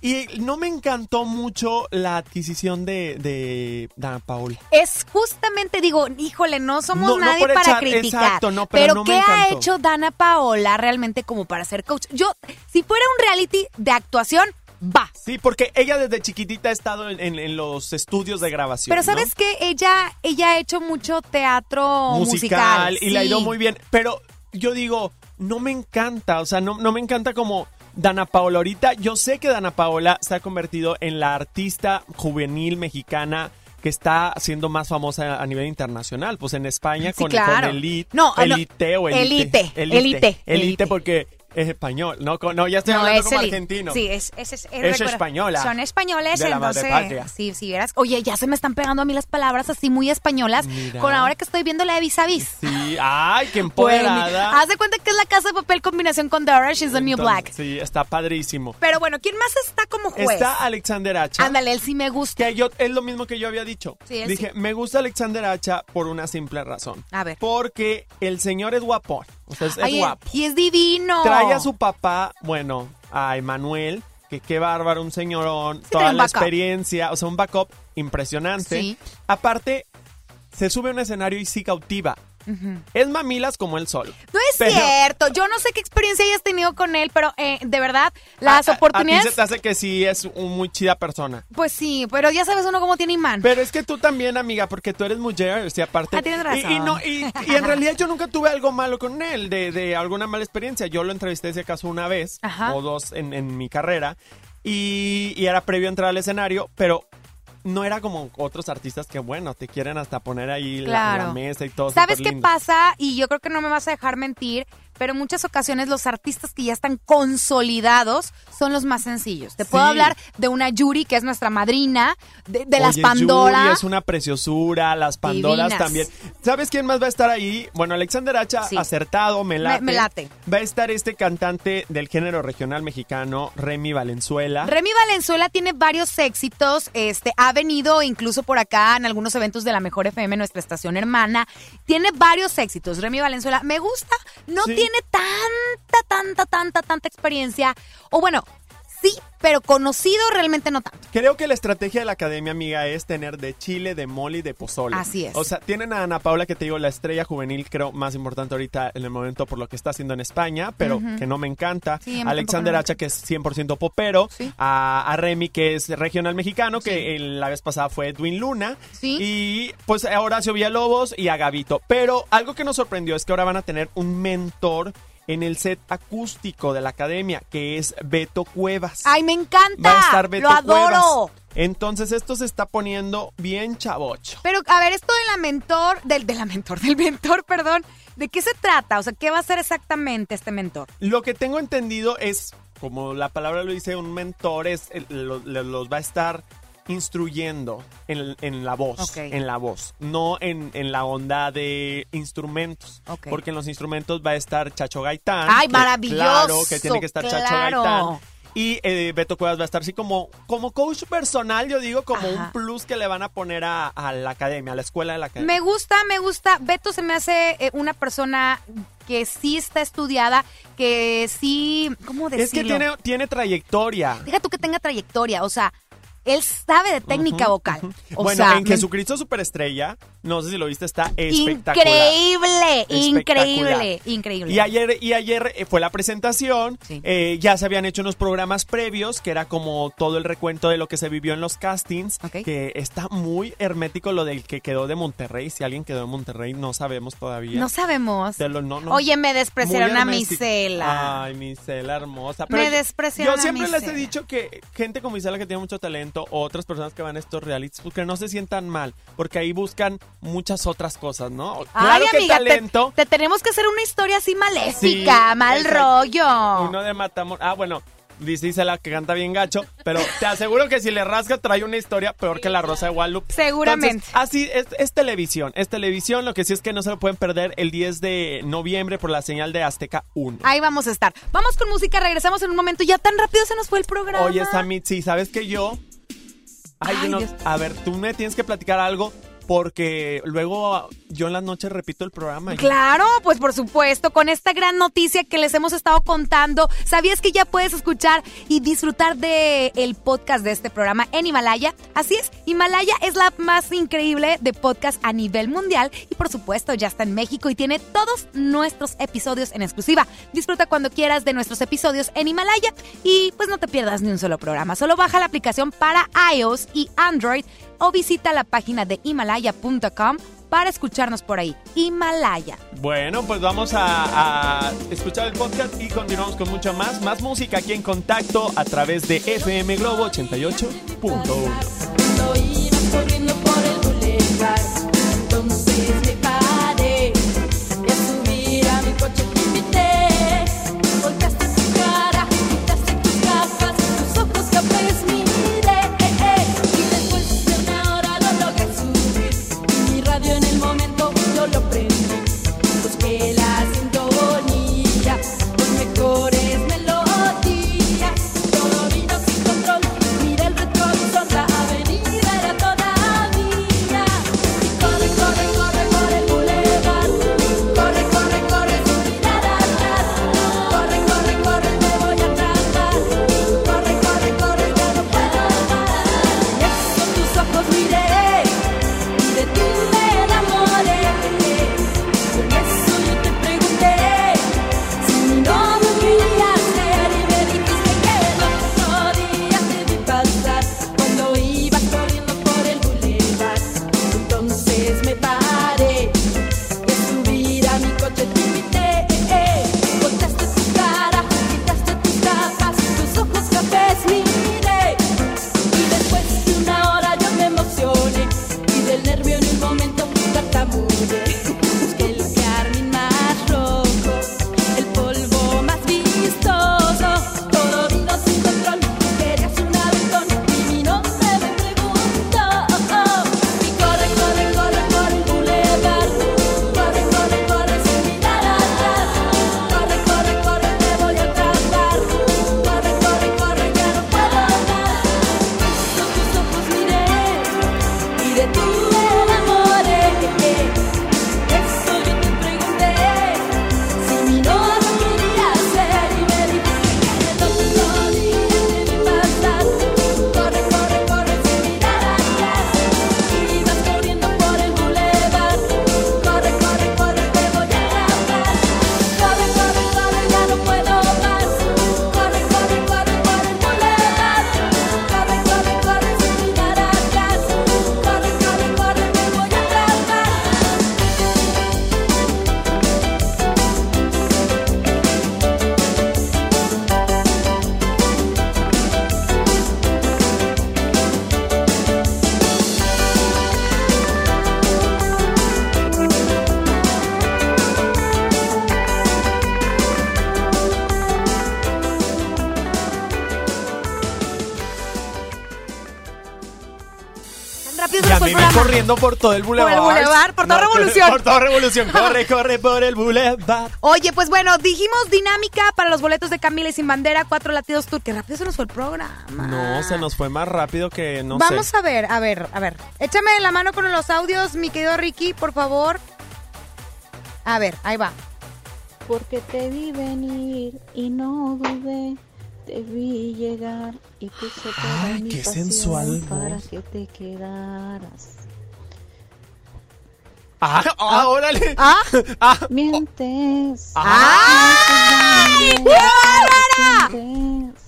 Y no me encantó mucho la adquisición de, de Dana Paola.
Es justamente, digo, híjole, no somos
No, no
nadie
por
para
echar-
criticar.
exacto, no, pero no me
¿qué ha
encantó.
hecho Dana Paola realmente como para ser coach? Yo, si fuera un reality de actuación, va.
Sí, porque ella desde chiquitita ha estado en, en- en los estudios de grabación.
Pero
¿no?
¿sabes qué? Ella, ella ha hecho mucho teatro musical.
y la ha ido
sí.
muy bien. Pero yo digo, no me encanta, o sea, no, no me encanta como Dana Paola. Ahorita yo sé que Dana Paola se ha convertido en la artista juvenil mexicana que está siendo más famosa a nivel internacional, pues en España
Sí,
con,
claro.
con Elite,
No, ah, no.
Elite o Elite.
Elite, Elite,
Elite, porque es español, no, con- no ya estoy
No,
hablando
es
como
el-
argentino.
Sí, es, es, es,
Es
recuerda-
española.
Son españoles,
De la madre
entonces.
patria.
Sí, sí, verás. Oye, ya se me están pegando a mí las palabras así muy españolas.
Mira.
Con ahora que estoy viendo la de vis a vis.
Sí, ay, qué
Bueno,
empoderada.
haz de cuenta que es la casa de papel combinación con The Orange is the New
Entonces,
Black.
Sí, está padrísimo.
Pero bueno, ¿quién más está como juez?
Está Alexander Hacha.
Ándale, él sí me gusta.
Que yo, es lo mismo que yo había dicho.
Sí, él
Dije,
sí.
me gusta Alexander Hacha por una simple razón.
A ver.
Porque el señor es guapón. O sea, es, es
Ay, eh,
guapo.
Y es divino.
Trae a su papá, bueno, a Emanuel, que qué bárbaro, un señorón,
trae
toda
un
la
backup.
experiencia, o sea, un backup impresionante.
Sí.
Aparte, se sube a un escenario y sí cautiva.
Ujú.
Es mamilas como el sol.
No es cierto. Yo no sé qué experiencia hayas tenido con él, pero eh, de verdad, las
A ti
oportunidades.
se te hace que sí es un muy chida persona.
Pues sí, pero ya sabes uno cómo tiene imán.
Pero es que tú también, amiga, porque tú eres mujer, y aparte.
Ah, tienes razón.
Y, y no, y, y en realidad yo nunca tuve algo malo con él, de, de alguna mala experiencia. Yo lo entrevisté, si acaso, una vez
Ajá.
o dos en, en mi carrera. Y, y era previo a entrar al escenario, pero no era como otros artistas que, bueno, te quieren hasta poner ahí la- la,
Claro.
mesa y todo.
¿Sabes qué
superlindo.
pasa? Y yo creo que no me vas a dejar mentir, pero en muchas ocasiones los artistas que ya están consolidados son los más sencillos. Te puedo
Sí.
hablar de una Yuri, que es nuestra madrina, de, de las
Oye,
Pandora.
Yuri es una preciosura, las Pandoras
Divinas.
también. ¿Sabes quién más va a estar ahí? Bueno, Alexander Hacha,
Sí.
acertado, me late.
me late.
Va a estar este cantante del género regional mexicano, Remy Valenzuela.
Remy Valenzuela tiene varios éxitos, este, ha venido incluso por acá en algunos eventos de la Mejor FM, nuestra estación hermana, tiene varios éxitos. Remy Valenzuela, me gusta, no tiene tanta, tanta, tanta, tanta experiencia, o bueno, sí, pero conocido realmente no tanto.
Creo que la estrategia de la academia, amiga, es tener de chile, de mole y de pozole.
Así es.
O sea, tienen a Ana Paula, que te digo, la estrella juvenil, creo, más importante ahorita en el momento por lo que está haciendo en España, pero
Ujú.
que no me encanta.
Sí, a mí tampoco
Alexander
me
Hacha, que es 100% popero. A, a Remy, que es regional mexicano, que el- la vez pasada fue Edwin Luna. Y pues a Horacio Villalobos y a Gavito. Pero algo que nos sorprendió es que ahora van a tener un mentor en el set acústico de la academia, que es Beto Cuevas.
Ay, me encanta,
Va a estar Beto
lo adoro.
Cuevas. Entonces esto se está poniendo bien chavocho.
Pero, a ver, esto de la mentor, del, de la mentor, del mentor, perdón, ¿de qué se trata? O sea, ¿qué va a hacer exactamente este mentor?
Lo que tengo entendido es, como la palabra lo dice, un mentor es el- lo- le- los va a estar instruyendo en, en la voz,
Ok.
en la voz, no en, en la onda de instrumentos,
Ok.
porque en los instrumentos va a estar Chacho Gaitán.
Ay,
que
maravilloso,
Claro, que tiene que estar Chacho
claro.
Gaitán. Y eh, Beto Cuevas va a estar así como, como coach personal, yo digo, como un plus que le van a poner a, a la academia, a la escuela de la academia.
Me gusta, me gusta. Beto se me hace eh, una persona que sí está estudiada, que sí, ¿cómo decirlo?
Es que tiene, tiene trayectoria.
Deja tú que tenga trayectoria, o sea, él sabe de técnica vocal. O
bueno,
sea,
en
me-
Jesucristo Superestrella, no sé si lo viste, está espectacular.
increíble, increíble,
Espectacular.
increíble.
Y ayer, y ayer eh, fue la presentación, eh, ya se habían hecho unos programas previos, que era como todo el recuento de lo que se vivió en los castings, que está muy hermético lo del que quedó de Monterrey, si alguien quedó de Monterrey, no sabemos todavía.
No sabemos.
Te lo- no, no.
Oye, me despreciaron
Muy Ah.
a
hermético.
Misela.
Ay, Misela hermosa.
Me
yo-
despreciaron
Yo
a
siempre les he
Misela.
dicho que gente como Misela que tiene mucho talento o otras personas que van a estos realities, pues que no se sientan mal, porque ahí buscan muchas otras cosas, ¿no?
Ay,
claro que
amiga, te-
talento.
te, tenemos que hacer una historia así maléfica,
Sí,
mal
exacto.
rollo.
Uno de Matamoros. Ah, bueno. Dice Isela que canta bien gacho, pero te aseguro que si le rasga trae una historia peor que la Rosa de Guadalupe.
Seguramente.
Entonces, así es, es televisión, es televisión, lo que sí es que no se lo pueden perder el 10 de noviembre por la señal de Azteca 1.
Ahí vamos a estar. Vamos con música, regresamos en un momento. Ya tan rápido se nos fue el programa.
Oye, Samit, sí, ¿sabes que yo? Ay, yo no- a ver, tú me tienes que platicar algo porque luego yo en las noches repito el programa.
Claro, pues por supuesto, con esta gran noticia que les hemos estado contando, ¿sabías que ya puedes escuchar y disfrutar de el podcast de este programa en Himalaya? Así es, Himalaya es la app más increíble de podcast a nivel mundial y por supuesto ya está en México y tiene todos nuestros episodios en exclusiva. Disfruta cuando quieras de nuestros episodios en Himalaya y pues no te pierdas ni un solo programa. Solo baja la aplicación para iOS y Android o visita la página de himalaya.com para escucharnos por ahí. Himalaya.
Bueno, pues vamos a, a escuchar el podcast y continuamos con mucho más. Más música aquí en contacto a través de FM Globo 88.1.
Cuando ibas corriendo por el boulevard, entonces me paré y a subir a mi coche te invité. Voltaste tu cara, quitaste tus gafas, tus ojos cafés miré y después de una hora lo logré subir. Y mi radio en el momento yo lo prendí, busqué la sintonía, los mejores melodías, todo vino sin control. Mira el retrovisor, la avenida era
eh,
que
Y
duro
a
fue
mí
el
me
programa.
corriendo por todo el bulevar.
bulevar, por toda
No,
Revolución.
Por toda revolución. Corre, corre por el bulevar.
Oye, pues bueno, dijimos dinámica para los boletos de Camila y Sin Bandera, cuatro latidos tour. Qué rápido se nos fue el programa.
No, se nos fue más rápido que no
Vamos
sé.
a ver, a ver, a ver. Échame la mano con los audios, mi querido Ricky, por favor. A ver, ahí va.
Porque te vi venir y no dudé, te vi llegar y puse toda
Ay,
mi
qué
pasión
sensual
para
voz.
que te quedaras.
Ah, ah, órale.
Ah,
mientes.
¡Ay!
Mientes, mientes.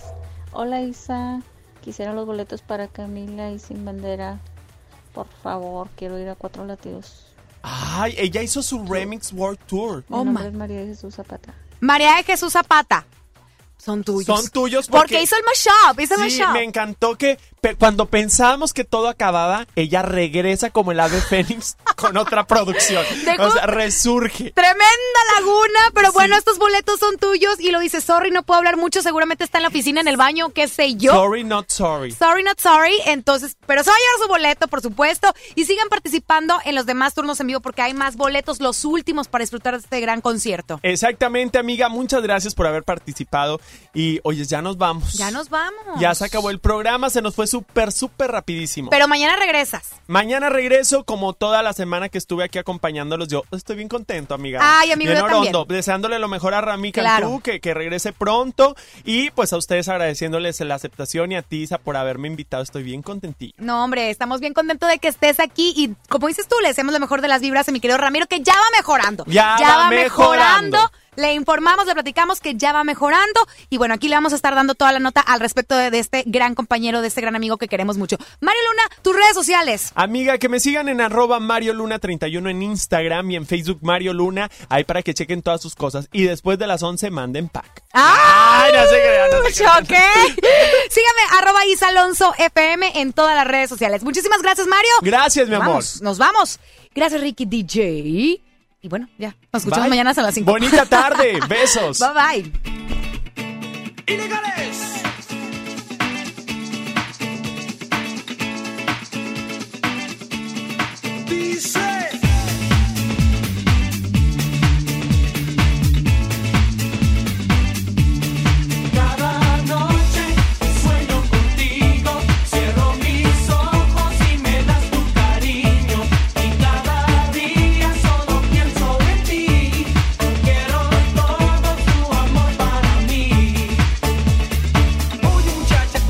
Hola Isa, quisiera los boletos para Camila y sin bandera. Por favor, quiero ir a cuatro latidos.
Ay, ella hizo su Remix World Tour.
Oh,
Mi nombre
pues.
es María de Jesús Zapata.
María de Jesús Zapata. Son tuyos.
Son tuyos
Porque,
porque-
hizo el mashup, hizo el
Sí,
mashup.
me encantó que pe- cuando pensábamos que todo acababa, ella regresa como el ave fénix con otra producción.
¿Te
O sea,
gusta?
resurge.
Tremenda laguna, pero bueno, estos boletos son tuyos y lo dice, sorry, no puedo hablar mucho, seguramente está en la oficina, en el baño, qué sé yo.
Sorry, not sorry.
Sorry, not sorry. Entonces, pero se va a llevar su boleto, por supuesto. Y sigan participando en los demás turnos en vivo porque hay más boletos, los últimos, para disfrutar de este gran concierto.
Eh, Exactamente, amiga. Muchas gracias por haber participado. Y oye, ya nos vamos.
Ya nos vamos.
Ya se acabó el programa, se nos fue súper, súper rapidísimo.
Pero mañana regresas.
Mañana regreso, como toda la semana que estuve aquí acompañándolos. Yo estoy bien contento, amiga.
Ay, amigo,
Bien
yo también.
orondo, Deseándole lo mejor a Rami Cantú,
Claro.
que, que regrese pronto. Y pues a ustedes agradeciéndoles la aceptación y a Tiza por haberme invitado. Estoy bien contentillo.
No, hombre, estamos bien contentos de que estés aquí y como dices tú, le hacemos lo mejor de las vibras a mi querido Ramiro, que ya va mejorando.
Ya va mejorando.
Le informamos, le platicamos que ya va mejorando y bueno, aquí le vamos a estar dando toda la nota al respecto de, de este gran compañero, de este gran amigo que queremos mucho. Mario Luna, tus redes sociales.
Amiga, que me sigan en arroba Mario Luna 31 en Instagram y en Facebook Mario Luna, ahí para que chequen todas sus cosas. Y después de las 11 manden pack.
¡Ay!
no se crean, no se crean.
choqué. Sígame, arroba Isalonso FM en todas las redes sociales. Muchísimas gracias, Mario.
Gracias, mi amor.
Vamos, nos vamos. Gracias, Ricky DJ. Y bueno, ya. Nos escuchamos
Bye.
mañana a las 5.
Bonita tarde, besos.
Bye bye.
¡Ilegales! Dice. Cada noche sueño contigo, cierro mis ojos y me das tu cariño. Y cada día solo pienso en ti. Quiero todo tu amor para mí.
este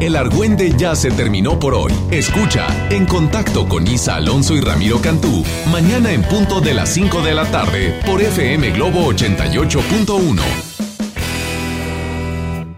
El argüende ya se terminó por hoy. Escucha En Contacto con Isa Alonso y Ramiro Cantú, mañana en punto de las 5 de la tarde por FM Globo 88.1.